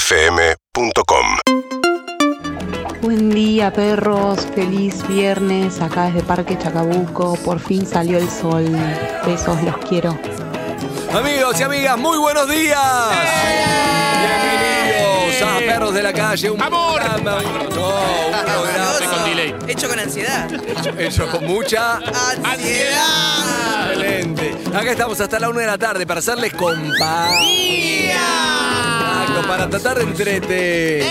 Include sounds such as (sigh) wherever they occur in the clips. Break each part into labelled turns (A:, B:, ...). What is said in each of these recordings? A: UrbanaPlayFM.com
B: Buen día, perros. Feliz viernes. Acá desde Parque Chacabuco. Por fin salió el sol. Besos, los quiero.
C: Amigos y amigas, muy buenos días. Bienvenidos a Perros de la Calle, un
D: Amor.
C: programa,
D: Ay,
C: no, un
D: perdón. Estoy
C: programa
D: con delay.
E: Hecho con ansiedad.
C: hecho con mucha
E: ¡Ansiedad!
C: excelente. Acá estamos hasta la una de la tarde para hacerles compañía, Exacto, para tratar de entretener,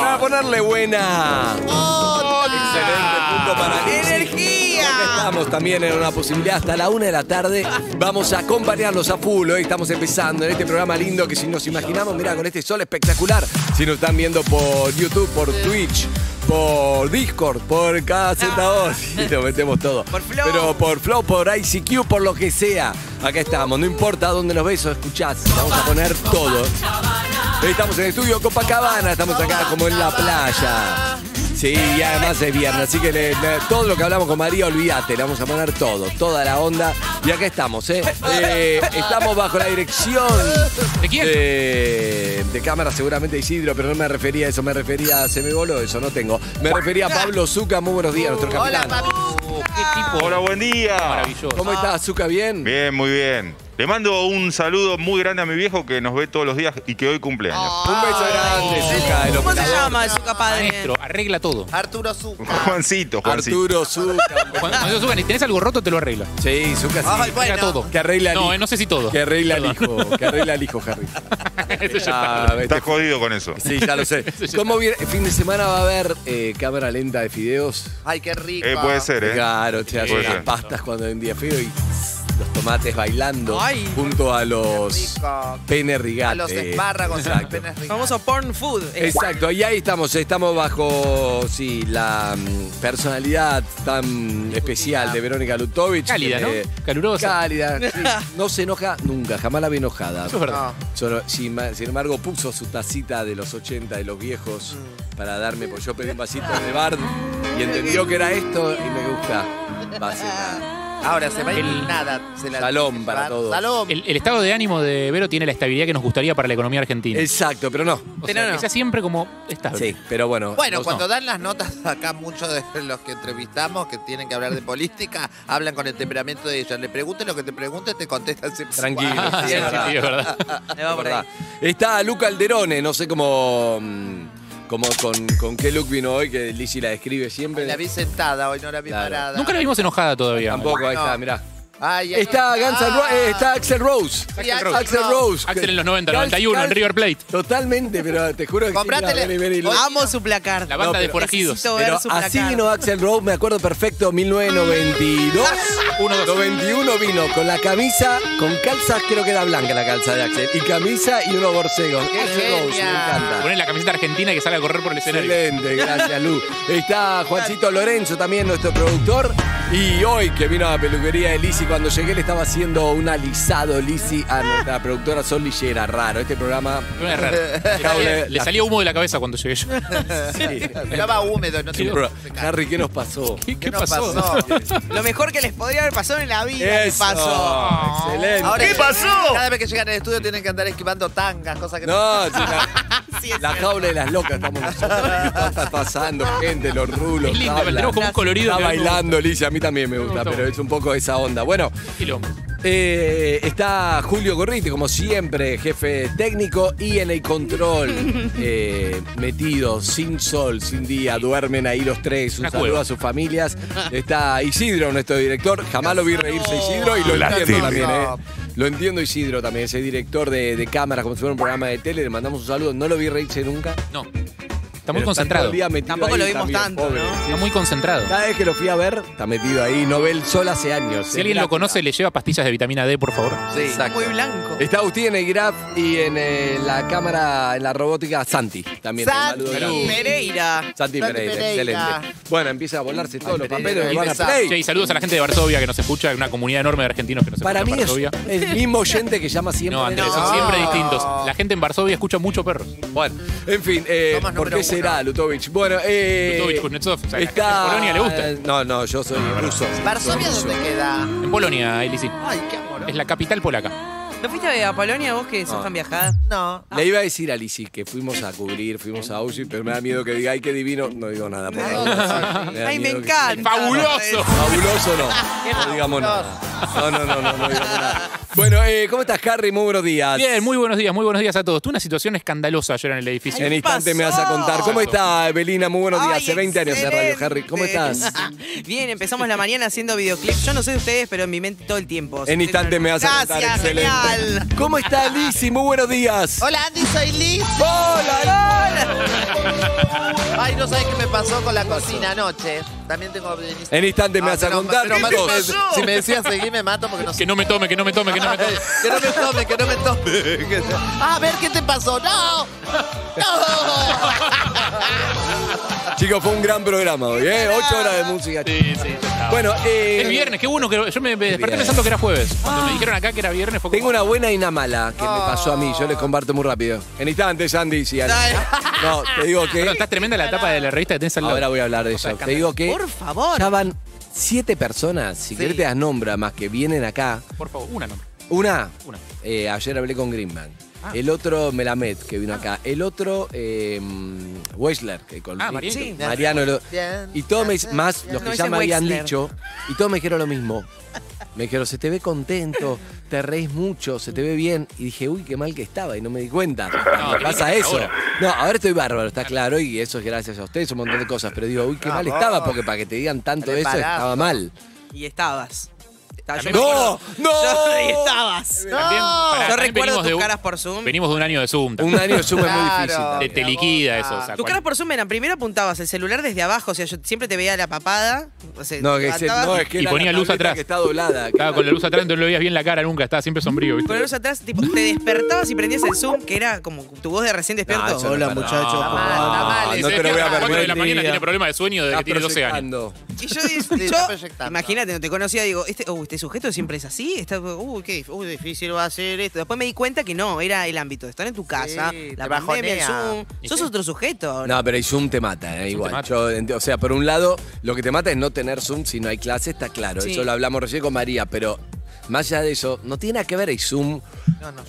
C: para ponerle buena. Excelente punto para mí. Acá
E: ¡Energía!
C: Estamos también en una posibilidad hasta la una de la tarde. Vamos a acompañarlos a full. Hoy estamos empezando en este programa lindo que si nos imaginamos, mira, con este sol espectacular. Si nos están viendo por YouTube, por Twitch, por Discord, por KZ2, (laughs) y lo metemos todo.
E: Ah. Por Flow.
C: Pero por Flow, por ICQ, por lo que sea. Acá estamos, no importa dónde nos ves o escuchás, vamos a poner todo. Estamos en el estudio Copacabana, estamos acá como en la playa. Sí, y además es viernes, así que le- le- todo lo que hablamos con María, olvídate, le vamos a poner todo, toda la onda. Y acá estamos, ¿eh? Eh, estamos bajo la dirección
D: ¿De quién?
C: de, de cámara, seguramente Isidro, pero no me refería a eso, me refería a se me voló, eso no tengo. Me refería a Pablo Zuca, muy buenos días, nuestro
E: Hola,
C: capitán.
E: papi.
D: ¿Qué tipo
F: Hola, buen día.
D: maravilloso?
C: ¿Cómo estás, Zuca? ¿Bien?
F: Bien, muy bien. Le mando un saludo muy grande a mi viejo que nos ve todos los días y que hoy cumple años.
C: Un beso grande, Zuca, el
E: ¿Cómo se
C: operador.
E: llama su padre?
D: Maestro, arregla todo.
G: Arturo Zucca.
F: Juancito, Juancito.
C: Ah. Arturo Zuca.
D: Cuando, cuando suban y tenés algo roto, te lo arregla.
C: Sí, Zuca sí.
G: Ay,
D: Arregla
G: bueno.
D: todo.
C: Que arregla el
D: No,
C: hijo.
D: eh, no sé si (laughs) todo.
C: Que arregla el
D: Perdón.
C: hijo, que arregla el hijo, Harry.
D: Eso ya está.
C: Ah,
F: Está
C: vete.
F: jodido con eso.
C: Sí, ya lo sé.
D: Eso ya
C: ¿Cómo viene? Fin de semana va a haber eh, cámara lenta de fideos.
G: Ay, qué rico.
F: Eh, puede ser, ¿eh?
C: Claro, te hacen
F: Puede
C: las
F: ser.
C: pastas cuando hay un día feo y los tomates bailando
E: Ay.
C: junto a los
G: Rico.
C: pene rigate.
G: A los espárragos, a los penes ricos.
E: Famoso porn food.
C: Exacto, y ahí estamos, estamos bajo sí, la mm, personalidad tan especial de Verónica Lutovich.
D: Cálida,
C: que
D: ¿no? Calurosa.
C: Cálida, sí. No se enoja nunca, jamás la ve enojada.
D: Eso es verdad.
C: Solo- sin, ma- sin embargo, puso su tacita de los 80 de los viejos para darme, pues yo pedí un vasito de bar y entendió que era esto y me gusta. Va a ser una-
G: Ahora se va a ir
D: El-
G: nada. Se la
C: Salón para
G: se va-
C: todos.
G: Salón.
D: El, el estado de ánimo de Vero tiene la estabilidad que nos gustaría para la economía argentina.
C: Exacto, pero no.
D: o sea,
E: no, no.
D: que sea siempre como estable.
C: Sí, pero bueno.
G: Bueno,
D: Vos
G: cuando
D: no.
G: dan las notas acá, muchos de los que entrevistamos que tienen que hablar de política hablan con el temperamento de ella. Le pregunten lo que te pregunten, te contestan siempre.
C: Tranquilo,
G: igual.
D: Ah, sí,
C: es verdad.
D: sí, es verdad.
E: Le va por ahí.
C: verdad. Está Luca Alderone, no sé cómo. mm, cómo con, con qué look vino hoy, que Lizzy la describe siempre.
G: La vi sentada, hoy no la vi
C: Claro.
G: parada.
D: Nunca la vimos enojada todavía.
C: Tampoco, ahí
G: No.
C: está, mirá.
G: Ay, ay,
C: Está,
G: ay.
C: Guns N' Ro- eh, está Axel Rose.
G: Sí, Axl
C: Axel
G: Rose.
C: Rose.
D: Axel en los 90,
C: Guns-
D: 91, en
C: Guns-
D: River Plate.
C: Totalmente, pero te juro que. sí,
G: Comprátele.
C: mirá, vení, vení,
G: Ah, Hoy-
E: Amo su placar.
D: La banda
C: No,
D: de
C: pero-
D: forajidos.
E: Necesito ver
C: Pero
E: su
C: así
E: placar.
C: vino Axel Rose, me acuerdo perfecto, 1992. 91 vino con la camisa, con calzas, creo que era blanca la calza de Axel. Y camisa y unos borcegos.
G: ¡Qué
C: Axl Rose, me
G: genia!
C: encanta.
D: Ponen la camiseta argentina y que sale a correr por el escenario.
C: Excelente, gracias Lu. Está Juancito Lorenzo también, nuestro productor. Y hoy que vino a la peluquería de Lisi, cuando llegué le estaba haciendo un alisado Lisi a nuestra productora Sol Lillera. Raro, este programa.
D: No
C: (laughs)
D: es raro.
C: Cable-
D: Le salía humo de la cabeza
C: (laughs)
D: cuando llegué yo.
C: Sí.
G: Estaba húmedo, no
C: Sí,
G: tiene
C: bro.
G: secar.
C: Harry, ¿qué nos pasó?
D: ¿Qué,
G: ¿Qué
D: qué
G: nos
D: pasó? (laughs)
G: pasó?
E: (laughs) Lo mejor que les podría haber pasado en la vida. les
C: Eso,
E: pasó.
C: Excelente.
G: Ahora,
F: ¿Qué pasó?
G: Cada vez que llegan al estudio tienen que andar esquivando tangas, cosas que
C: No, sí, la,
E: Sí, es
C: la
E: cierto.
C: jaula de las locas estamos nosotros. ¿Qué está pasando, gente? Los rulos.
D: Es lindo, pero
C: tablas.
D: tenemos como un colorido
C: Está
D: que a mí me gusta.
C: bailando, Lisi, a mí también me gusta,
D: gusta
C: pero
D: mucho.
C: es un poco esa onda. Bueno,
D: Quilombo.
C: Eh, está Julio Gorriti, como siempre, jefe técnico y en el
E: (laughs)
C: control, eh, metido, sin sol, sin día, duermen ahí los tres. Un
D: Una
C: saludo
D: cueva.
C: a sus familias. Está Isidro, nuestro director. Jamás lo vi reírse Isidro y lo
F: La
C: entiendo
F: tele.
C: también, ¿eh? Lo entiendo Isidro también, ese director de, de cámara, como si fuera un programa de tele. Le mandamos un saludo. No lo vi reírse nunca.
D: No. Está muy
C: pero todo
D: concentrado.
C: el día metido
E: Tampoco
C: ahí
E: lo vimos
C: también,
E: tanto,
C: pobre.
E: ¿no?
D: Está muy concentrado.
C: Cada vez que lo fui a ver, está metido ahí. No ve el sol hace años. ¿eh?
D: Si alguien lo conoce, le lleva pastillas de vitamina D, por favor.
G: Sí.
C: Exacto.
E: Muy blanco.
C: Está Agustín en el Graf y en eh, la cámara, en la robótica, Santi. También. un
G: Santi.
C: saludo grande.
E: Salud. Pereira.
C: Santi
G: Santi
C: Pereira,
G: Pereira.
C: excelente. Bueno, empieza a volarse todos los
G: Pereira.
C: papeles. me van a
G: Empieza.
C: play.
D: Che, y saludos a la gente de Varsovia que nos escucha, una comunidad enorme de argentinos que nos
C: Para
D: escucha
C: mí
D: en
C: es
D: Varsovia.
C: el mismo oyente que llama siempre.
D: No, Andrés,
C: No.
D: son siempre distintos. La gente en Varsovia escucha mucho perros.
C: Bueno, en fin, eh,
G: Tomás
C: ¿por
G: número
C: qué
G: uno.
C: será Lutovic? Bueno, eh,
D: Lutovic, Kuznetsov, o sea, la gente
C: está...
D: de Polonia le gusta.
C: No, no, yo soy ruso. Soy
G: ¿Varsovia
C: ruso.
G: dónde queda?
D: En Polonia, Elisi.
G: Ay, qué amor.
D: Es la capital polaca.
E: ¿No fuiste a Polonia vos que sos
C: No.
E: tan viajada?
G: No.
C: Le iba a decir a Lisi que fuimos a cubrir, fuimos a Auschwitz, pero me da miedo que diga, ay, qué divino. No digo nada, por favor. Me da
E: Ay, me
C: miedo que-
E: encanta.
D: ¡Fabuloso!
C: Fabuloso no. No digamos nada. No, no, no, no, no digamos nada. Bueno, eh, ¿cómo estás, Harry? Muy buenos días.
D: Bien, muy buenos días, muy buenos días a todos. Tuve una situación escandalosa ayer en el edificio.
C: En instante me vas a contar. ¿Cómo está, Evelina? Muy buenos días.
E: Ay,
C: Hace 20 años de radio,
E: excelente.
C: Harry. ¿Cómo estás?
E: (laughs) Bien, empezamos la mañana haciendo videoclips. Yo no sé de ustedes, pero en mi mente todo el tiempo.
C: En instante me vas a contar.
E: Gracias,
C: Excelente.
E: genial.
C: ¿Cómo está, Lisi? Muy buenos días.
G: Hola Andy, soy Liz. Ay, no sabes qué me pasó este con la cocina anoche. También tengo.
C: En instante me vas a
G: Ah, pero-
C: contar,
G: pero
C: chicos.
G: me- Si me decías seguir, me mato porque no sé.
D: Que no me tome, que no me tome, que no me tome.
G: que no me tome, que no me tome. (laughs) Que- A ver, ¿qué te pasó? ¡No! ¡No!
C: Chicos, fue un gran programa hoy, ¿eh? Ocho horas de música.
D: Sí, sí, está.
C: Bueno, eh,
D: Es viernes, qué bueno que yo me me desperté
C: viernes.
D: pensando que era jueves. Cuando
C: Ah.
D: me dijeron acá que era viernes fue como-
C: Tengo una buena y una mala que me
E: Ah.
C: pasó a mí. Yo les comparto muy rápido. En instantes, Andy. Sí, Andy.
E: Dale.
C: No, te digo que...
D: Perdón, estás tremenda la tapa de la revista que tenés al lado.
C: Ahora voy a hablar de eso. Te digo que
E: Por favor.
C: Eh, ya van siete personas, si querés te das nombra más que vienen acá.
D: Por favor, una nombre.
C: Una,
D: Una.
C: eh, ayer hablé con Greenman.
D: Ah.
C: El otro Melamed, que vino acá. El otro eh, mm, Weisler, que con
D: Ah, Mariano.
E: Sí.
C: Mariano. lo-
G: Bien.
C: y todos me, más los que
E: No
C: ya
E: dice
C: me habían
E: Weisler.
C: dicho, y todos me dijeron lo mismo. Me dijeron, se te ve contento, te reís mucho, se te ve bien. Y dije, uy, qué mal que estaba, y no me di cuenta.
D: No,
C: Me pasa eso.
D: ahora.
C: No, ahora estoy bárbaro, está claro, y eso es gracias a ustedes, un montón de cosas. Pero digo, uy, qué mal estaba, porque para que te digan tanto eso,
G: Preparado.
C: estaba mal.
E: Y estabas. Estaba- yo
D: También
E: me
D: me
E: acuerdo-
C: ¡No! ¡No!
E: Yo- y estabas.
D: También, pará,
E: Yo
D: también
E: recuerdo
D: venimos
E: tus
D: de un-
E: caras por Zoom.
D: Venimos de un año de Zoom.
C: Un año de Zoom es muy
G: Claro. Ah.
C: difícil.
D: Te,
C: también.
D: te liquida eso. o sea,
E: Tus
D: cual-
E: caras por Zoom eran, primero apuntabas el celular desde abajo, o sea, yo siempre te veía la papada. o sea,
C: No, que
E: te
C: se-
E: levantabas,
C: no, es que
D: Eh, Y
C: la-
D: ponía
C: la
D: luz
C: tableta
D: atrás.
C: Que está doblada.
D: Estaba con la luz atrás, entonces no le veías bien la cara nunca, estaba siempre sombrío, ¿viste?
E: Ponerlos atrás, tipo, te despertabas y prendías el Zoom, que era como tu voz de recién
C: No,
E: despierto.
C: Ah, eso no para-
G: Está mal, está
C: No,
G: mal.
C: Ah,
D: Y
C: no
D: Ah, se
C: te lo voy
D: despierta
C: a
D: las cuatro de la
C: permitir.
D: mañana tiene problema de sueño desde
C: Estás
D: que tiene 12 años.
C: proyectando.
E: Y yo, di-
G: está
E: yo-
G: proyectando.
E: imagínate, no te conocía, digo, este, uh, este sujeto siempre es así, está, uh, qué dif- uh, difícil va a ser esto. Después me di cuenta que no, era el ámbito de estar en tu casa,
G: Sí,
E: la
G: te
E: pandemia, el
G: bajonea.
E: Zoom.
D: ¿Y
E: Sos
D: sí?
E: otro sujeto ahora.
C: No, pero el Zoom te mata, eh, igual.
D: te mata.
C: Yo enti- o sea, por un lado, lo que te mata es no tener Zoom si no hay clase, está claro.
E: Sí.
C: Eso lo hablamos recién con María, pero más allá de eso, no tiene nada que ver el Zoom.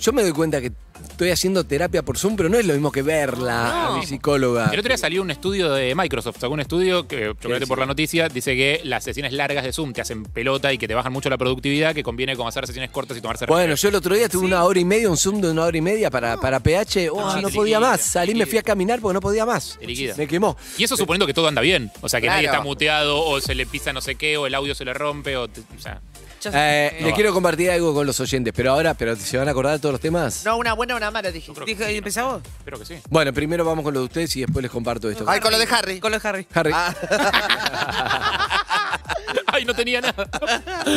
C: Yo me doy cuenta que estoy haciendo terapia por Zoom, pero no es lo mismo que verla a mi psicóloga.
D: El otro día salió un estudio de Microsoft, sacó un estudio que chocolate
C: dice?
D: por la noticia, dice que las sesiones largas de Zoom te hacen pelota y que te bajan mucho la productividad, que conviene como hacer sesiones cortas y tomarse
C: Bueno, yo el otro día tuve una hora y media, un Zoom de una hora y media para, para PH. Oh,
D: No,
C: no,
D: sí, te
C: podía
D: liquida,
C: más.
D: te
C: Salí, me
D: liquida.
C: fui a caminar porque no podía más.
D: Te liquida.
C: Me quemó.
D: Y eso suponiendo que todo anda bien. O sea, que nadie
G: Claro.
D: está muteado, o se le pisa no sé qué, o el audio se le rompe, o. te- o sea,
E: Yo-
C: Eh,
D: No
C: les
D: va.
C: quiero compartir algo con los oyentes, pero ahora, pero ¿se van a acordar de todos los temas?
G: No, una buena, una mala, dije.
D: yo creo que
E: Dijo,
D: sí,
E: ¿y
D: ¿no?
E: empezá vos?
D: Espero que sí. (laughs)
C: Bueno, primero vamos con lo de ustedes y después les comparto esto.
G: Ay, con lo de
D: (laughs)
G: Harry. (laughs) Ah,
E: Con los Harry.
C: Harry.
D: Ay, no tenía nada. (laughs)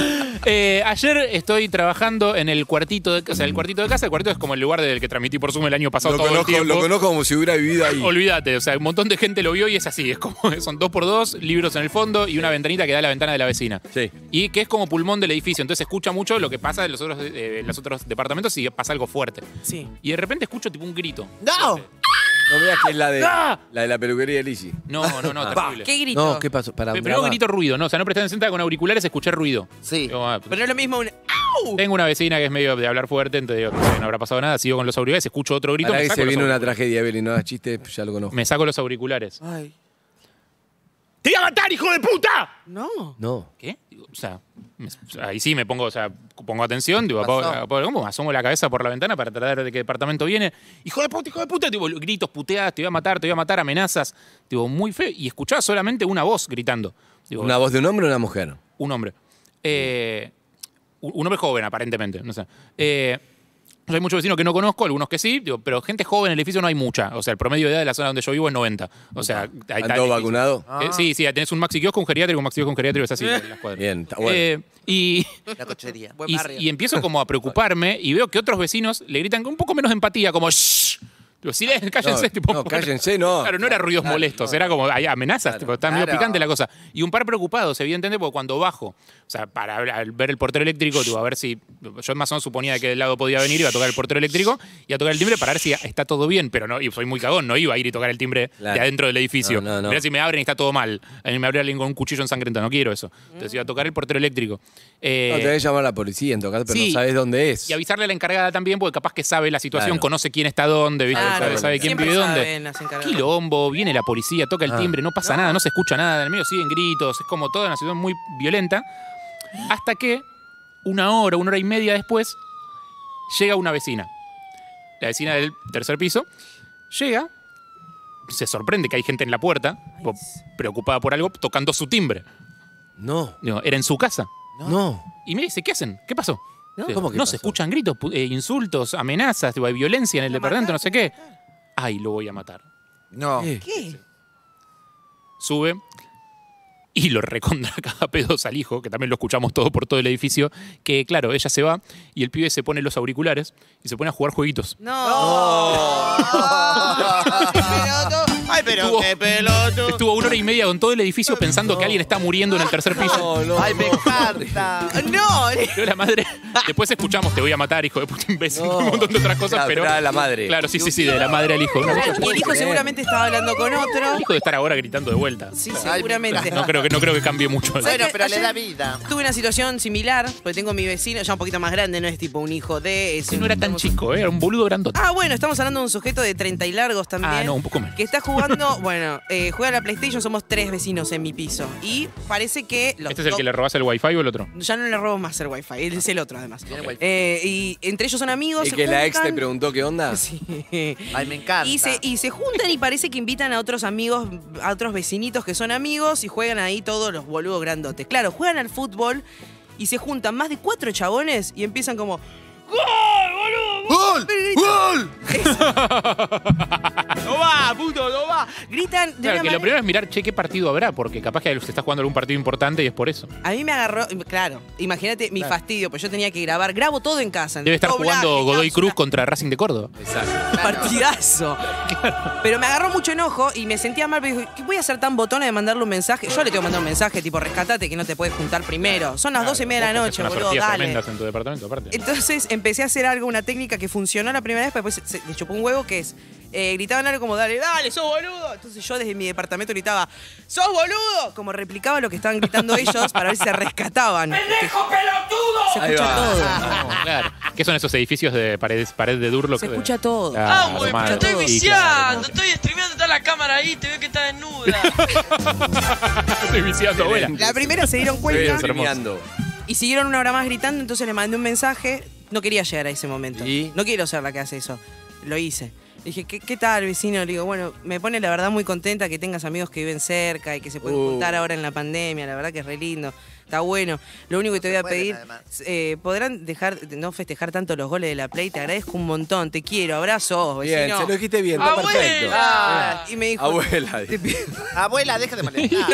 D: Eh, ayer estoy trabajando en el cuartito de casa. O sea, el cuartito de casa, el cuartito es como el lugar del que transmití por Zoom el año pasado
C: Lo
D: todo el
C: conozco,
D: tiempo.
C: lo conozco como si hubiera vivido ahí.
D: Olvídate, o sea, un montón de gente lo vio y es así, es como (laughs) son dos por dos, libros en el fondo y una ventanita que da a la ventana de la vecina.
C: Sí.
D: Y que es como pulmón del edificio, entonces escucha mucho lo que pasa en los otros, eh, en los otros departamentos y pasa algo fuerte.
E: Sí.
D: Y de repente escucho tipo un grito.
G: ¡No!
C: No veas que es la de
D: ¡Ah!
C: la de la peluquería de Lizzy.
D: No, no, (laughs) no, terrible.
E: ¿Qué grito?
C: No, ¿qué pasó? Para
D: Pe- Pero no grito ruido, ¿no? O sea, no presté atención estaba con auriculares, escuché ruido.
G: Sí.
D: Digo, ah,
E: Pero no es lo mismo un ¡Au!
D: tengo una vecina que es medio de hablar fuerte, entonces digo, no sé, no habrá pasado nada, sigo con los auriculares, escucho otro grito,
C: Ahora
D: me
C: que
D: saco,
C: se
D: los
C: viene una
D: auriculares.
C: tragedia, Evelyn, no hagas chistes, ya lo conozco.
D: me saco los auriculares.
E: Ay.
D: ¡Te voy a matar, hijo de puta!
E: No.
C: No.
D: ¿Qué? Digo, O sea, me- ahí sí me pongo, o sea, pongo atención, digo, apago-
G: Pasó.
D: apago- ¿cómo? asomo la cabeza por la ventana para tratar de qué departamento viene. Hijo de puta, hijo de puta, tipo, gritos, puteadas, te voy a matar, te voy a matar, amenazas, tipo, muy feo. Y escuchaba solamente una voz gritando. Digo,
C: ¿Una voz de un hombre o una mujer?
D: un hombre. Eh, un un hombre joven, aparentemente, no sé. Eh, hay muchos vecinos que no conozco, algunos que sí, digo, pero gente joven en el edificio no hay mucha. O sea, el promedio de edad de la zona donde yo vivo es 90. O sea, ahí está
C: ¿Han
D: difícil.
C: todos vacunado?
E: Ah.
D: Eh, sí, sí, tenés un maxi kiosco, un geriátrico, un maxi kiosco, un geriátrico, es así. en las cuadras.
C: Bien, está bueno.
D: Eh, y,
G: La cochería.
E: Buen
D: y,
E: barrio.
D: y empiezo como a preocuparme y veo que otros vecinos le gritan con un poco menos de empatía, como "Shh". Digo, silencio, cállense.
C: No,
D: tipo,
C: no,
D: por-
C: cállense, no.
D: Claro, no era ruidos
C: Claro,
D: molestos,
C: no.
D: era como hay amenazas,
C: Claro.
D: tipo, está medio
G: Claro.
D: picante la cosa. Y un par preocupados, evidentemente, porque cuando bajo, o sea, para ver- al ver el portero eléctrico, tipo, a ver si. Yo más o menos suponía de qué lado podía venir, iba a tocar el portero eléctrico y a tocar el timbre para ver si está todo bien, pero no, y soy muy cagón, no iba a ir y tocar el timbre de
C: Claro.
D: adentro del edificio.
C: No, no, no.
D: Mirá si me abren y está todo mal. A mí me abre alguien con un cuchillo ensangrentado, no quiero eso. Entonces iba a tocar el portero eléctrico. Eh,
C: No, te debe llamar a la policía en todo caso, pero
D: Sí.
C: no sabes dónde es.
D: y avisarle a la encargada también, porque capaz que sabe la situación,
C: Claro.
D: conoce quién está dónde, ¿viste?
E: Claro,
D: sabe, sabe quién
E: siempre
D: vive
E: saben
D: dónde.
E: las encargadas.
D: Quilombo, viene la policía, toca el
C: Ah.
D: timbre, no pasa nada, no se escucha nada, en el medio siguen gritos, es como toda una situación muy violenta. Hasta que, una hora, una hora y media después, llega una vecina. La vecina del tercer piso llega, se sorprende que hay gente en la puerta, po- preocupada por algo, tocando su timbre.
C: No,
D: Digo, Era en su casa.
C: no.
D: Y me dice, ¿qué hacen? ¿Qué pasó?
C: ¿No?
D: Sí.
C: ¿Cómo que
D: no
C: pasó?
D: se escuchan gritos, pu- eh, insultos, amenazas, tipo, hay violencia en el departamento, no sé qué. Ay, lo voy a matar.
G: No.
C: Eh,
E: ¿Qué?
D: Sube y lo recontra (laughs) cada pedos al hijo, que también lo escuchamos todo por todo el edificio, que claro, ella se va y el pibe se pone los auriculares y se pone a jugar jueguitos.
E: No. Peloto. Ay, pero
D: Estuvo-
E: qué peloto.
D: Estuvo una hora y media con todo el edificio pensando que alguien está muriendo en el tercer piso.
C: No, no.
G: Ay, (laughs) me
C: no.
G: encanta.
E: (laughs) No.
D: Yo, la madre. Después escuchamos, te voy a matar, hijo de puta imbécil,
C: No.
D: un montón de otras cosas,
C: Claro,
D: pero.
C: era la madre.
D: Claro, sí, sí, sí, de la madre al hijo. Una cosa-
E: Y el hijo
C: creer.
E: seguramente estaba hablando con otro.
D: El hijo de estar ahora gritando de vuelta.
E: Sí,
G: Ay,
E: seguramente.
D: No creo que, no creo que cambie mucho.
G: Bueno,
E: que
G: pero le
E: ayer-
G: da vida.
E: Tuve una situación similar, porque tengo a mi vecino, ya un poquito más grande, no es tipo un hijo de. es
D: Ese
E: un-
D: no era tan chico, ¿eh? era un boludo grandote.
E: Ah, bueno, estamos hablando de un sujeto de 30 y largos también.
D: Ah, no, un poco menos.
E: Que está jugando, (laughs) bueno, eh, juega a la PlayStation, somos tres vecinos en mi piso. Y parece que. los
D: ¿Este es el
E: dos-
D: que le robas el wifi o el otro?
E: Ya no le robo más el wifi, él es el otro además.
G: Tiene wifi.
E: Eh, y entre ellos son amigos.
C: Y
E: se
C: que la ex te
E: juntan.
C: preguntó qué onda.
E: Sí.
G: Ay, me encanta.
E: Y se, y se juntan y parece que invitan a otros amigos, a otros vecinitos que son amigos y juegan ahí todos los boludos grandotes. Claro, juegan al fútbol y se juntan más de cuatro chabones y empiezan como.
G: ¡Gol!
E: Pero gritan-
G: ¡Gol!
E: (laughs) ¡No va, puto, no va! Gritan de
D: Claro,
E: una
D: que lo
E: manera-
D: primero es mirar, che, qué partido habrá, porque capaz que se está jugando algún partido importante y es por eso.
E: A mí me agarró, claro, imagínate mi fastidio, pues yo tenía que grabar, grabo todo en casa.
D: Debe estar
E: doblaje,
D: jugando Godoy
E: cápsula.
D: Cruz contra Racing de Córdoba.
C: Exacto.
E: Partidazo. Pero me agarró mucho enojo y me sentía mal. Pero dije, ¿qué voy a hacer tan botona de mandarle un mensaje? Yo le tengo que mandar un mensaje tipo, rescatate que no te puedes juntar primero. Son las 12 y media de la
D: Vos haces
E: noche,
D: unas
E: boludo,
D: orgías
E: dale.
D: tremendas en tu departamento, aparte.
E: (laughs) Entonces empecé a hacer algo, una técnica que funcionó la primera vez, pero después se- se- le chupó un huevo que es. eh, gritaban algo como, dale, dale, sos boludo. Entonces yo desde mi departamento gritaba, ¡sos boludo! Como replicaba lo que estaban gritando ellos para ver si se rescataban. ¡Pendejo pelotudo! Se
C: Ahí va.
E: escucha
C: Ah,
E: todo.
D: No, claro. ¿Qué son esos edificios de paredes, pared de Durlock?
E: Se escucha todo.
D: Ah,
H: güey,
D: normal.
H: te estoy
D: Sí,
H: viciando,
D: claro,
H: estoy streameando, está la cámara ahí, te veo que está desnuda.
D: normal. (laughs) Estoy viciando, abuela.
E: La primera se dieron
C: Estoy
E: cuenta.
C: streameando.
E: Y siguieron una hora más gritando, entonces le mandé un mensaje. No quería llegar a ese momento.
C: ¿Y?
E: No quiero ser la que hace eso. Lo hice. Le dije, ¿qué, qué tal, vecino? Le digo, bueno, me pone la verdad muy contenta que tengas amigos que viven cerca y que se pueden
C: Uh.
E: juntar ahora en la pandemia. La verdad que es re lindo. Está bueno. Lo único que te voy a
G: pueden,
E: pedir,
G: además.
E: eh, ¿podrán dejar de no festejar tanto los goles de la Play? Te agradezco un montón. Te quiero. Abrazos,
C: Bien,
E: vecino.
C: se lo dijiste bien, está
H: Abuela.
C: perfecto.
E: Ah, y me
C: (laughs)
E: dijo,
C: Abuela. dice.
G: Abuela, deja de molestar.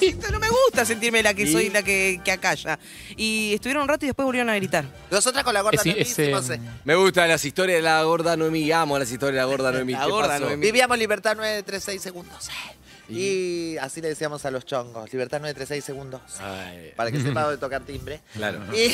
E: "Esto no me gusta sentirme la que
C: ¿Y?
E: soy, la que, que acalla. Y estuvieron un rato y después volvieron a gritar.
G: Nosotras con la gorda
D: Ese-
G: Noemí
D: ese-
G: hicimos, eh,
C: Me gustan las historias de la gorda Noemí. Amo las historias de la gorda Noemí.
E: La
C: ¿Qué
E: gorda
C: pasó?
E: Noemí.
G: Vivíamos Libertad 936 segundos. eh. Y así le decíamos a los chongos, Libertad 936 segundos.
C: Ay,
G: Para que sepa de tocar timbre.
C: claro.
G: Y,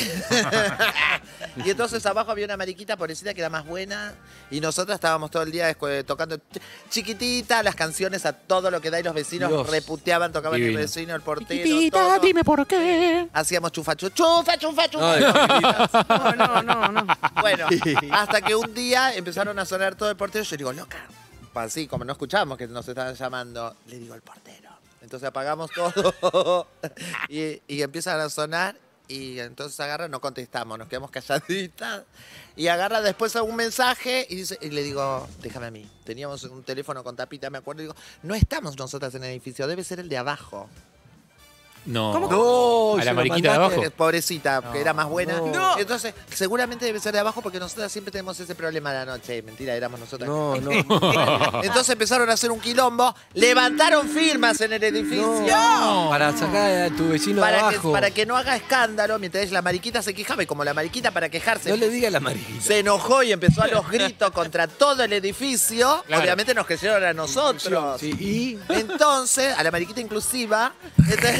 G: (laughs) y entonces abajo había una mariquita pobrecita que era más buena. Y nosotras estábamos todo el día escu- tocando ch- chiquitita las canciones a todo lo que da. Y los vecinos
C: Dios.
G: reputeaban, tocaban
D: Divino.
G: el vecino, el portero.
D: Chiquitita,
G: todo.
D: dime por qué.
G: Hacíamos chufa, chu- chufa, chufa,
C: No,
G: chufa.
C: de-
E: No, no, no, no.
G: (laughs) Bueno, hasta que un día empezaron a sonar todo el portero. Yo digo, loca. Pues Así, como no escuchamos que nos estaban llamando, le digo al portero. Entonces apagamos todo (laughs) y, y empiezan a sonar. Y entonces agarra, no contestamos, nos quedamos calladitas. Y agarra después algún mensaje y, dice, y le digo, déjame a mí. Teníamos un teléfono con tapita, me acuerdo. Y digo, no estamos nosotras en el edificio, debe ser el de abajo.
D: No.
E: ¿Cómo?
G: No,
D: ¿A
G: se
D: la
G: lo
D: mariquita de
G: mandaste,
D: abajo?
G: Pobrecita, que era más buena.
E: No.
G: Entonces, seguramente debe ser de abajo porque nosotras siempre tenemos ese problema a la noche. Mentira, éramos nosotras.
C: No, no.
D: (laughs)
G: Entonces empezaron a hacer un quilombo, levantaron firmas en el edificio.
C: Para sacar a tu vecino de
G: Para que,
C: abajo.
G: para que no haga escándalo, mientras la mariquita se quejaba, y como la mariquita para quejarse
C: No le diga a la mariquita.
G: se enojó y empezó a los gritos contra todo el edificio,
D: Claro.
G: obviamente nos creyeron a nosotros.
C: Sí, y
G: Entonces, a la mariquita inclusiva, entonces,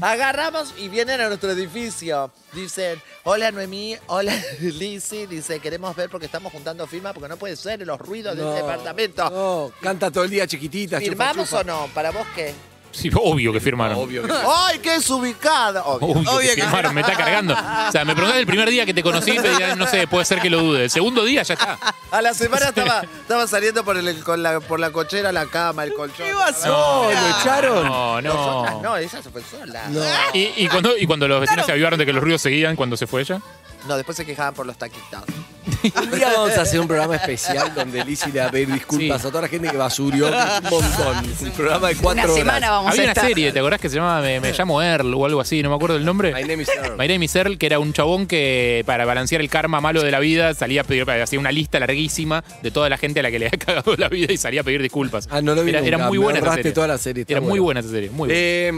G: agarramos y vienen a nuestro edificio. Dicen, hola Noemí, hola Lizzy, dice, queremos ver porque estamos juntando firmas, porque no puede ser los ruidos de
C: No,
G: ese departamento.
C: No, canta todo el día chiquitita. chupa,
G: ¿Firmamos
C: chupa.
G: o no? ¿Para vos qué?
D: Sí, obvio que firmaron.
C: Obvio que
G: ¡Ay, qué es ubicada! Obvio.
D: Obvio que
E: que-
D: firmaron, me está cargando. O sea, me preguntás el primer día que te conocí, te diría, no sé, puede ser que lo dude. El segundo día ya está.
G: A la semana estaba, estaba saliendo por, el, con la, por la cochera, la cama, el colchón.
E: ¿Qué vas a-
C: No, lo echaron.
D: No,
G: Nosotras
D: no.
G: no, ella se fue sola. No.
D: Y, y cuando, y cuando los vecinos
E: Claro.
D: se avivaron de que los ruidos seguían cuando se fue ella.
G: después se quejaban por los taquitos.
C: Un día vamos a hacer un programa especial donde Lizzy le va a pedir disculpas
D: Sí.
C: a toda la gente que basurió un montón. Un programa de cuatro
I: Una
C: horas.
I: semana vamos
D: Había
I: a
D: una
I: estar.
D: serie, ¿te acordás que se llamaba Me, Me llamo Earl o algo así? No me acuerdo el nombre.
C: My name is Earl.
D: My Name is Earl, que era un chabón que para balancear el karma malo de la vida salía a pedir, hacía una lista larguísima de toda la gente a la que le había (laughs) cagado la vida y salía a pedir disculpas.
C: Ah, no lo vi
D: Era, era
C: nunca,
D: muy
C: me
D: buena esa
C: ahorraste
D: serie.
C: toda la serie, está
D: Era muy
C: bueno.
D: buena esa serie, muy buena.
C: Eh,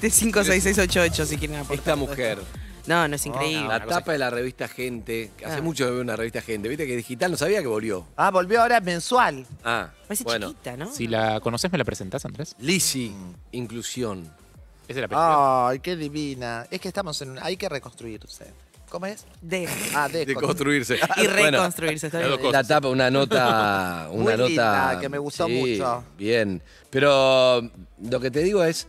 E: 47656688 si quieren aportar.
C: esta mujer,
D: Ah,
E: No, no es increíble.
C: la tapa de la revista Gente, que hace mucho que veo una revista Gente, viste que digital no sabía que volvió.
G: Ah, volvió ahora mensual.
C: Ah,
E: Parece
C: bueno.
E: chiquita, ¿no?
D: si la conoces, ¿me la presentás, Andrés?
C: Lizzy, inclusión.
D: Esa era la película.
C: Ah.
G: Ay, qué divina. Es que estamos en un... Hay que reconstruirse. ¿Cómo es?
E: De-
G: Ah, de,
C: De construirse.
E: y
C: Bueno,
E: reconstruirse. está
D: las
E: bien.
D: dos
C: La tapa, una
G: (laughs)
C: nota. Una
G: Muy
C: nota.
G: linda, que me gustó
C: sí,
G: mucho.
C: Bien. Pero mm, lo que te digo es.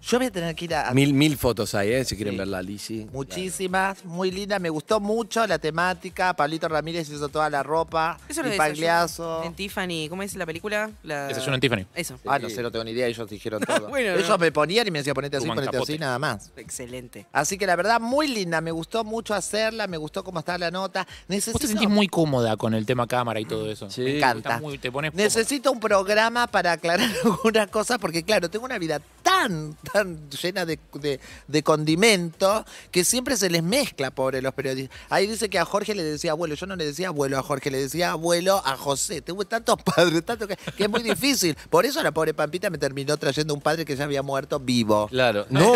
G: Yo voy a tener que ir a...
C: Mil, mil fotos ahí, ¿eh? Si quieren verla, Lizzy.
G: Muchísimas, muy linda. Me gustó mucho la temática. Pablito Ramírez hizo toda la ropa.
E: Eso lo
G: y
E: de
G: pagliazo.
E: Desayuno En Tiffany, ¿cómo es la película? La...
D: Desayuno en Tiffany.
E: Eso.
G: Ah, no sé, no tengo ni idea. Ellos dijeron todo.
E: Bueno,
G: Ellos
E: no.
G: me ponían y me decían ponete así,
D: Fuman
G: ponete
D: capote.
G: así, nada más.
E: Excelente.
G: Así que la verdad, muy linda. Me gustó mucho hacerla. Me gustó cómo estaba la nota. Necesito...
D: Vos te sentís muy cómoda con el tema cámara y todo eso.
C: Sí.
G: Me
D: Está
G: encanta.
D: muy- te pones
G: Necesito un programa para aclarar (laughs) algunas cosas, porque claro, tengo una vida tan, tan llena de, de, de condimento que siempre se les mezcla, pobre, los periodistas. Ahí dice que a Jorge le decía abuelo, yo no le decía abuelo a Jorge, le decía abuelo a José. Tengo tantos (laughs) padres, tanto que, que es muy difícil. Por eso la pobre Pampita me terminó trayendo un padre que ya había muerto vivo.
C: Claro.
G: (laughs)
C: No.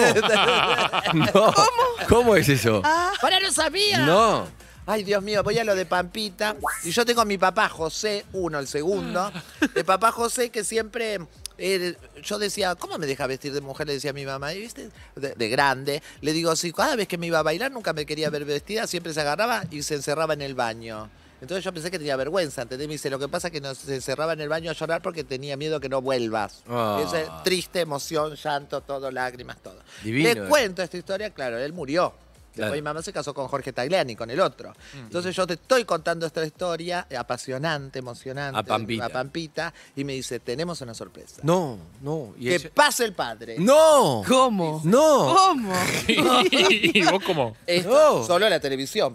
C: no. ¿Cómo? ¿Cómo es eso?
G: ¡Para, no sabía!
C: No.
G: Ay, Dios mío, voy a lo de Pampita. Y yo tengo a mi papá José, uno, el segundo. El papá José que siempre. eh, yo decía, ¿cómo me deja vestir de mujer? Le decía a mi mamá, y ¿viste? De, de grande. Le digo, sí, cada vez que me iba a bailar nunca me quería ver vestida, siempre se agarraba y se encerraba en el baño. Entonces yo pensé que tenía vergüenza, ¿entendés? Me dice, lo que pasa es que nos se encerraba en el baño a llorar porque tenía miedo que no vuelvas.
C: Ah.
G: Esa es triste, emoción, llanto, todo, lágrimas, todo.
C: Divino,
G: Le
C: eh.
G: cuento esta historia, claro, él murió. Después
C: Claro. Mm.
G: mi mamá se casó con Jorge Tagliani, con el otro. Entonces yo te estoy contando esta historia eh, apasionante, emocionante.
C: A Pampita.
G: a Pampita, y me dice, tenemos una sorpresa.
C: No, no. Y
G: que
C: ella-
G: pase el padre.
C: No.
E: ¿Cómo?
C: No.
E: ¿Cómo?
D: (laughs) y vos como...
G: Esto
C: No.
G: solo la televisión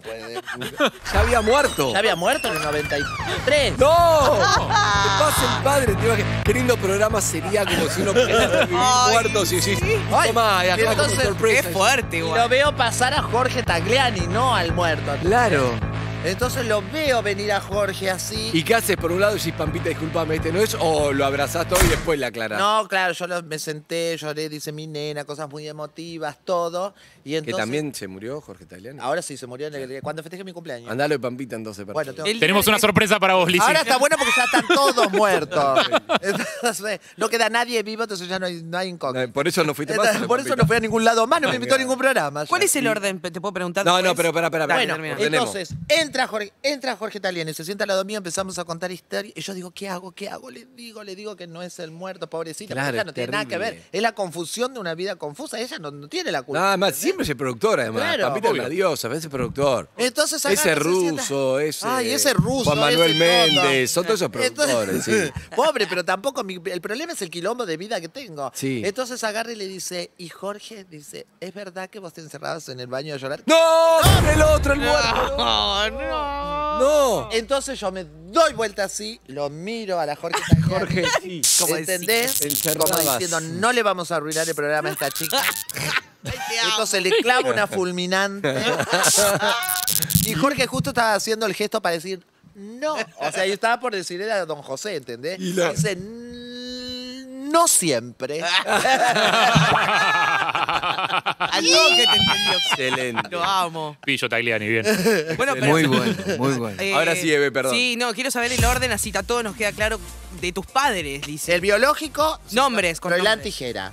C: (laughs)
G: puede.
C: Ya había muerto.
G: Ya había muerto en el 93. (laughs)
C: ¡No! Te pasa el padre, te imaginas. Qué lindo programa sería como si uno pudiera vivir muerto si decís,
G: Ay,
C: tomá, y acá como
G: entonces,
E: (laughs) Qué
C: sorpresa.
E: fuerte,
G: Y
E: igual.
G: lo veo pasar a Jorge Tagliani, no al muerto.
C: Claro.
G: Entonces lo veo venir a Jorge así.
C: ¿Y qué haces? Por un lado decís, Pampita, disculpame, este no es, o lo abrazás todo y después la aclarás.
G: No, claro, yo lo- me senté, lloré, dice mi nena, cosas muy emotivas, todo. Y
C: que
G: entonces,
C: también se murió Jorge Italiano.
G: Ahora sí, se murió en el, cuando festejé mi cumpleaños.
C: Andalo de Pampita entonces. para
G: Bueno,
C: todos.
G: tengo-
E: El-
D: Tenemos una sorpresa para vos, Lizzy.
G: Ahora está bueno porque ya están
C: (laughs)
G: todos muertos. Entonces, no queda nadie vivo, entonces ya no hay, no hay incógnito.
C: Eh, Por eso no fuiste
G: (laughs) Entonces,
C: más.
G: Por eso no fui a ningún lado más, no me invitó a ningún programa.
E: ¿Cuál es el orden? Pe- Te puedo preguntar.
C: No,
E: cuál
C: no,
E: es?
C: pero pará, pará,
E: Dale,
C: pará.
G: Bueno,
E: termina.
C: ordenemos.
G: entonces entra Jorge, entra Jorge Taliani, se sienta al lado mío, empezamos a contar historias y yo digo, ¿qué hago? ¿Qué hago? Le digo, le digo que no es el muerto, pobrecita,
C: Claro,
G: porque ella no tiene nada que
C: terrible.
G: ver. Es la confusión de una vida confusa, ella no, no tiene la culpa.
C: Nada más, siempre es el productor, además.
G: ¿Eh? Claro.
C: Pampita es una
G: Obvio.
C: diosa, a veces productor.
G: Entonces agarra
C: Ese
G: y se
C: ruso,
G: sienta-
C: ese.
G: Ay, ese ruso.
C: Juan Manuel
G: ese todo.
C: Méndez, son todos esos productores,
G: Entonces-
C: sí.
G: (laughs) Pobre, pero tampoco. mi- el problema es el quilombo de vida que tengo.
C: Sí.
G: Entonces agarra y le dice, y Jorge dice, ¿es verdad que vos te encerrabas en el baño a llorar?
C: ¡No! ¡El otro, el muerto!
E: No, no.
C: No.
G: Entonces yo me doy vuelta así, lo miro a la Jorge Tanguera.
C: Jorge, sí.
E: Como decí-
G: ¿Entendés?
C: Encerrabas.
G: Como diciendo, no le vamos a arruinar el programa a esta chica.
E: (laughs) Ay, te amo.
G: Entonces le clavo una fulminante. Y Jorge justo estaba haciendo el gesto para decir, no. O sea, yo estaba por decir, era don José, ¿entendés?
C: Y la-
G: Dice,
E: (laughs)
G: no siempre.
E: Al toque te entendió.
C: Excelente.
E: Lo amo.
D: (laughs) Pillo Tagliani, bien.
E: Bueno, pero- (laughs)
J: Muy bueno, muy
G: (laughs)
J: bueno.
E: Eh,
C: Ahora sí, Eve, perdón.
E: Sí, no, quiero saber el orden, así a todos nos queda claro, de tus padres, dice.
G: El biológico.
E: Nombres, con
G: Froilán
E: nombres.
G: Tijera.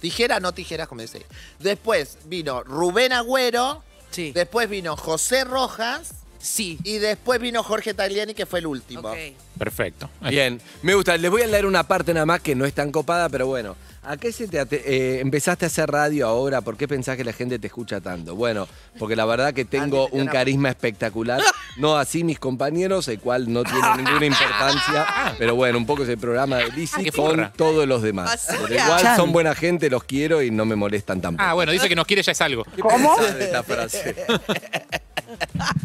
G: Tijera, no tijeras, como dice. Después vino Rubén Agüero.
E: Sí.
G: Después vino José Rojas.
E: Sí.
G: Y después vino Jorge Tagliani, que fue el último.
E: Ok.
D: Perfecto.
C: Bien, me gusta. Les voy a leer una parte nada más que no es tan copada, pero bueno. ¿A qué se te ate- eh, empezaste a hacer radio ahora? ¿Por qué pensás que la gente te escucha tanto? Bueno, porque la verdad
D: (laughs)
C: que tengo
G: Antes
C: un
G: tenía una-
C: carisma espectacular. No así mis compañeros, el cual no tiene ninguna
D: (laughs)
C: importancia. Pero bueno, un poco es el programa de Lizzy
D: Ah, qué
C: con
D: porra.
C: todos los demás.
E: Basura.
C: Pero igual
B: Chan.
C: son buena gente, los quiero y no me molestan tampoco.
D: Ah, bueno, dice que nos quiere ya es algo.
B: ¿Cómo?
C: de esta
D: (laughs)
C: frase.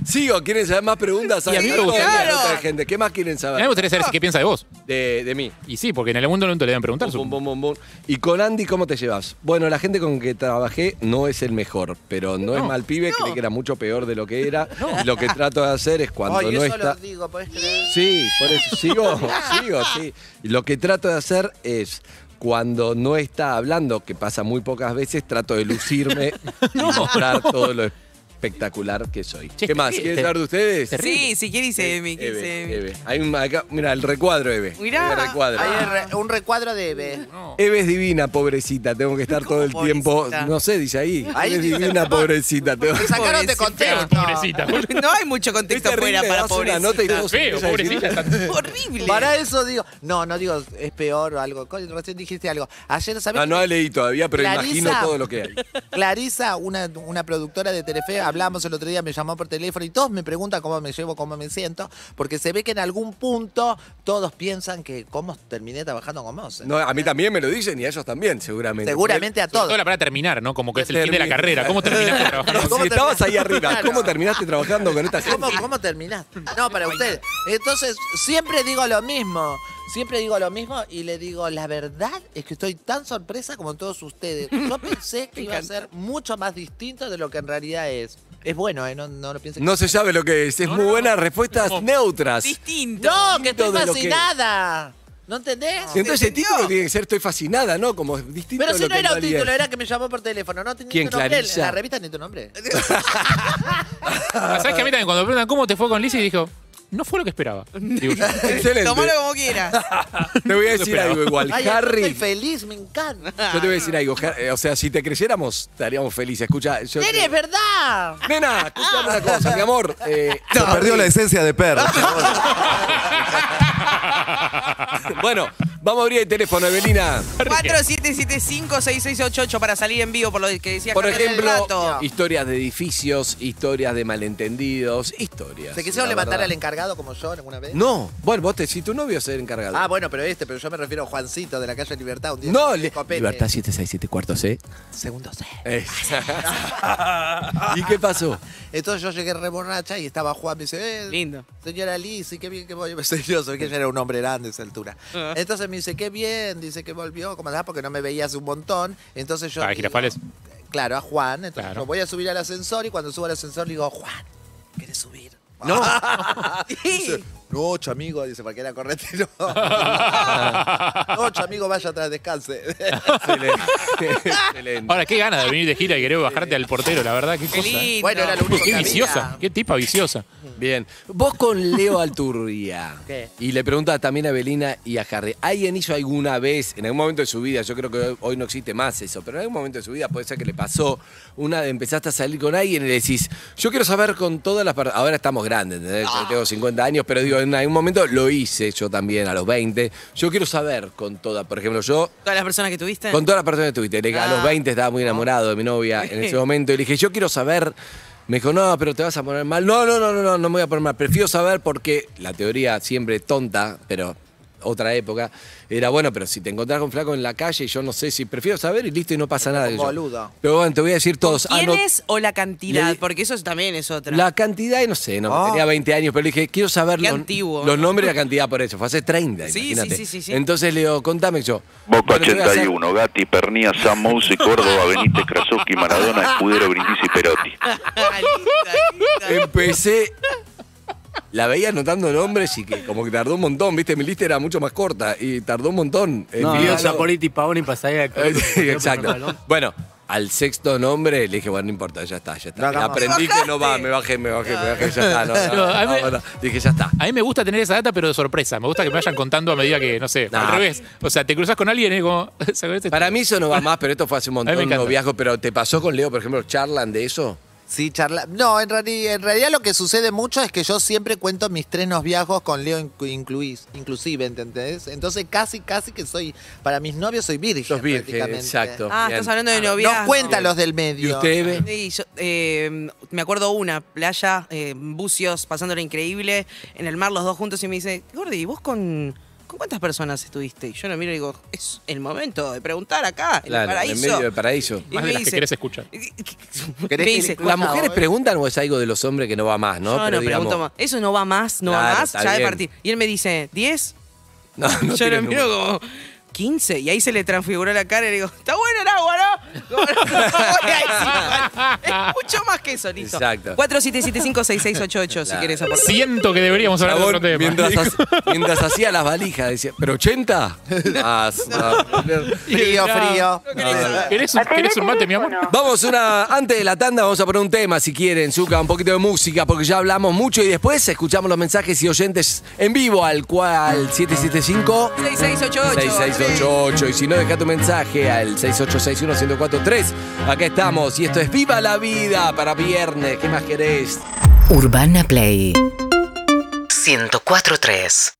C: Sigo, ¿quieren saber más preguntas?
D: Y a mí me
C: Hay
D: gustaría-
C: otra
E: Claro.
C: otra gente. ¿Qué más quieren
D: A mí me
C: saber?
D: gustaría saber qué piensa de vos.
C: De, de mí.
D: Y sí, porque en el mundo no te le deben preguntar.
C: Bum,
D: supongo.
C: bum, bum, bum. Y con Andy, ¿cómo te llevas? Bueno, la gente con que trabajé no es el mejor, pero no, es mal pibe, creí que era mucho peor de lo que era. Y lo que trato de hacer es cuando
G: Ay,
C: no
G: eso
C: está.
G: lo digo, ¿podés creer?
C: Sí, por eso sigo, sigo, sí. Y Lo que trato de hacer es. Cuando no está hablando, que pasa muy pocas veces, trato de lucirme y mostrar todo lo espectacular que soy.
D: Che,
C: ¿Qué más?
D: terrible.
C: ¿Quieren saber de ustedes?
E: Sí, si quiere
G: Eh,
E: dice Emi, ¿qué dice Emi?
C: Eve, Eve. Hay un, acá, mira, el recuadro, Eve.
E: Mirá.
C: Eve recuadro.
G: Hay un re- un recuadro de Eve.
C: Eve es divina, pobrecita. Tengo que estar todo el
E: ¿Cómo
C: tiempo.
E: pobrecita?
C: No sé, dice ahí.
G: Ahí
C: Eve es
G: dice,
C: divina,
G: no.
C: pobrecita. Tengo... (laughs)
G: Te sacaron de
E: Pobrecita.
G: contexto.
D: Pobrecita.
E: (laughs)
D: boludo.
E: No hay mucho contexto afuera para pobrecita.
D: Feo, pobrecita. está-
E: Horrible.
G: Para eso digo, no, no digo es peor o algo. Co- Recién dijiste algo. Ayer, ¿sabes?
C: "Ah, No, no leí todavía, pero
G: Clarisa.
C: imagino todo lo que hay.
G: Clarisa, una, una productora de Telefe, hablábamos el otro día, me llamó por teléfono y todos me preguntan cómo me llevo, cómo me siento, porque se ve que en algún punto todos piensan que cómo terminé trabajando con vos.
C: No, a mí también me lo dicen y a ellos también, seguramente.
G: Seguramente a
D: Sobre todo
G: todos.
D: la palabra terminar, ¿no? Como que es el fin de la
C: Termina.
D: carrera. ¿Cómo terminaste (laughs)
C: Porque-
D: trabajando?
G: ¿Cómo
C: ¿Eh? si estabas ahí arriba,
G: Claro.
C: ¿cómo terminaste trabajando con esta gente?
G: ¿Cómo, ¿Cómo terminaste? No, para ustedes. Entonces, siempre digo lo mismo. Siempre digo lo mismo y le digo, la verdad es que estoy tan sorpresa como todos ustedes. Yo pensé que iba a ser mucho más distinto de lo que en realidad es. Es bueno, ¿eh? No, no lo piensen.
C: No se sabe lo que es. Es muy buenas respuestas neutras.
E: Distinto.
G: No, que estoy
C: de lo que-
G: fascinada. ¿No entendés?
C: Entonces el
E: entendió.
C: título tiene que ser Estoy fascinada, ¿no? Como es distinto de
G: Pero si
C: lo
G: no
C: que en
G: era un
C: realidad
G: título,
C: es.
G: era que me llamó por teléfono. No tenía
C: ¿Quién,
G: tu nombre. en
C: Clarisa?
G: La revista ni
C: (laughs)
G: tu nombre.
D: ¿Sabes que a mí también cuando me preguntan cómo te fue con Lizzie? Dijo, no fue lo que esperaba. Digo yo.
C: Excelente.
E: Tomalo como
G: (laughs)
E: quieras.
C: (laughs) Te voy a decir algo igual.
G: Ay,
C: Harry.
G: estoy feliz, me encanta.
C: Yo te voy a decir algo, Ger- eh, o sea, si te creyéramos, estaríamos felices. Escucha, yo.
G: Nene, es verdad.
C: Nena, escuchame
G: Ah.
C: una cosa, mi amor. eh, lo
K: perdió la esencia de perro.
C: perdí. (laughs) Bueno, vamos a abrir el teléfono, Evelina.
E: 47756688 para salir en vivo por lo que decía
C: Por
E: Javier hace
C: ejemplo,
E: un rato.
C: historias de edificios, historias de malentendidos, historias.
G: ¿Se quisieron
C: la
G: levantar
C: verdad.
G: al encargado como yo alguna vez?
C: No, bueno, vos te, si tu novio es el encargado.
G: Ah, bueno, pero este, pero yo me refiero a Juancito de la calle Libertad. Un día
C: no,
G: con
C: le-
G: escopete.
C: Libertad 767 cuartos,
G: (laughs)
C: ¿eh?
G: Segundo C.
C: (laughs) ¿Y qué pasó?
G: Entonces yo llegué re borracha y estaba Juan, me dice, eh,
E: Lindo.
G: señora Lizzy, qué bien que volvió. Me dice, (laughs) yo sabía que ella era un hombre grande a esa altura.
D: Ah.
G: Entonces me dice, qué bien, dice que volvió, como andás, porque no me veía hace un montón. Entonces yo.
D: Ah,
G: digo,
D: Girafales.
G: Claro, a Juan. Entonces
D: Claro.
G: yo voy a subir al ascensor y cuando subo al ascensor le digo, Juan, ¿quieres
D: (laughs)
G: subir? (laughs)
C: No.
G: Dice, no, ocho amigo, dice, porque
D: (laughs)
G: era corretero. (laughs) ocho amigo, vaya atrás, descanse. (laughs)
C: Excelente. Excelente.
D: Ahora, qué ganas de venir de gira y querer bajarte al portero, la verdad, qué
E: Qué
D: cosa. ¿eh?
E: lindo.
G: bueno, era lo único que
D: Qué
G: había.
D: viciosa, qué tipa viciosa.
C: Bien. Vos con Leo Alturria.
G: ¿Qué?
C: Y le pregunta también a Belina y a Harry. ¿Alguien hizo alguna vez, en algún momento de su vida, yo creo que hoy- hoy no existe más eso, pero en algún momento de su vida puede ser que le pasó una de empezaste a salir con alguien y le decís, yo quiero saber con todas las personas. Ahora estamos grandes, ¿entendés? Yo tengo 50 años, pero digo, en algún momento lo hice yo también a los 20. Yo quiero saber con todas. Por ejemplo, yo
E: Todas las personas que tuviste.
C: con todas las personas eh, que estuviste. Le- A
E: Ah.
C: los 20 estaba muy enamorado de mi novia en ese momento. Y le dije, yo quiero saber. Me dijo, no, pero te vas a poner mal. No, no, no, no, no, no me voy a poner mal. Prefiero saber porque la teoría siempre tonta, pero otra época, era bueno, pero si te encontrás con flaco en la calle y yo no sé si prefiero saber y listo y no pasa nada.
G: un
C: yo.
G: boludo.
C: Pero bueno, te voy a decir todos. ah,
E: ¿Quién
C: no-
E: es o la cantidad?
C: Le-
E: Porque eso también es otra.
C: la cantidad, y no sé, no,
G: Ah.
C: tenía 20 años, pero le dije, quiero saber
E: Qué
C: los,
E: antiguo.
C: los nombres y la cantidad por eso. Fue hace 30,
E: Sí,
C: imagínate.
E: sí, sí, sí, sí.
C: Entonces le digo, contame yo.
K: Boca
C: Bueno, te voy a hacer-
K: 81, Gatti, Pernía, Samousi, Córdoba, Benítez, Krasuski, Maradona, Escudero, Brindisi, Perotti.
E: Ah, linda, linda.
G: (laughs)
C: Empecé. La veía anotando nombres y que como que tardó un montón, viste, mi lista era mucho más corta y tardó un montón. Eh, mi
J: Pidió
C: lista-
J: Saporiti, Pavoni, Pasadía.
C: Eh, (laughs) sí, exacto. Bueno, al sexto nombre le dije, bueno, no importa, ya está, ya
G: No
C: está.
G: hagamos.
C: Aprendí que no va, me bajé, me bajé, me bajé, ya está. no, no,
D: No, a
C: no,
D: mí-
C: no, no. Dije, ya está.
D: A mí me gusta tener esa data, pero de sorpresa. Me gusta que me vayan contando a medida que, no sé,
C: Nah.
D: al revés. O sea, te cruzas con alguien y es como. (laughs) ¿sabes?
C: Para mí eso no va más, pero esto fue hace un
D: mí me
C: montón de
D: encanta.
C: noviazgo. Pero ¿te pasó con Leo, por ejemplo, charlan de eso?
G: Sí, charla. No, en, reali- en realidad lo que sucede mucho es que yo siempre cuento mis tres noviazgos con Leo inclu- incluís- inclusive, ¿entendés? Entonces casi, casi que soy, para mis novios soy virgen.
C: Sos virgen,
G: prácticamente.
C: exacto.
E: Ah,
C: Bien.
E: estás hablando de noviazgo.
G: No cuenta los del medio.
C: ¿Y usted ve?
E: Sí, yo, eh, me acuerdo una, playa, eh, bucios, pasándola increíble, en el mar los dos juntos y me dice, Gordi, ¿vos con, con cuántas personas estuviste? Y yo lo miro y digo, es el momento de preguntar acá, en el
C: Claro, en
E: paraíso.
C: medio del paraíso.
E: Y
D: Más
E: me
D: de las que
E: dice-
D: querés escuchar.
E: Me
G: ¿Querés que
E: dice,
G: le-
C: ¿Las
G: Cuidado,
C: mujeres
G: eh.
C: preguntan o es algo de los hombres que no va más, no?
E: yo no
C: digamos-
E: pregunto más. Eso no va más, no
C: Claro,
E: va más,
C: está
E: ya de
C: bien.
E: partir. Y él me dice, ¿10?
C: No, (laughs) no
E: yo
C: tiene
E: lo miro
C: número.
E: como 15. Y ahí se le transfiguró la cara y le digo, está bueno el agua, ¿no? (laughs) Como, no, no voy a decir, bueno, es mucho más que eso, listo.
C: Exacto.
E: 47756688 si
C: Claro.
E: querés aportar.
D: Siento que deberíamos hablar de
C: Chabón,
D: otro tema. (laughs)
C: mientras, ha- mientras hacía las valijas, decía, ¿pero 80? Ah, s- ah,
G: Frío,
D: Ya.
C: (laughs)
G: frío.
D: ¿Querés un, querés un mate, mi amor?
C: Vamos una, antes de la tanda vamos a poner un tema si quieren, Zuka, un poquito de música, porque ya hablamos mucho y después escuchamos los mensajes y oyentes en vivo al cual 775 6688 y si no deja tu mensaje al 6861-1043. Acá estamos y esto es Viva la Vida para viernes, ¿qué más querés?
L: Urbana Play 104.3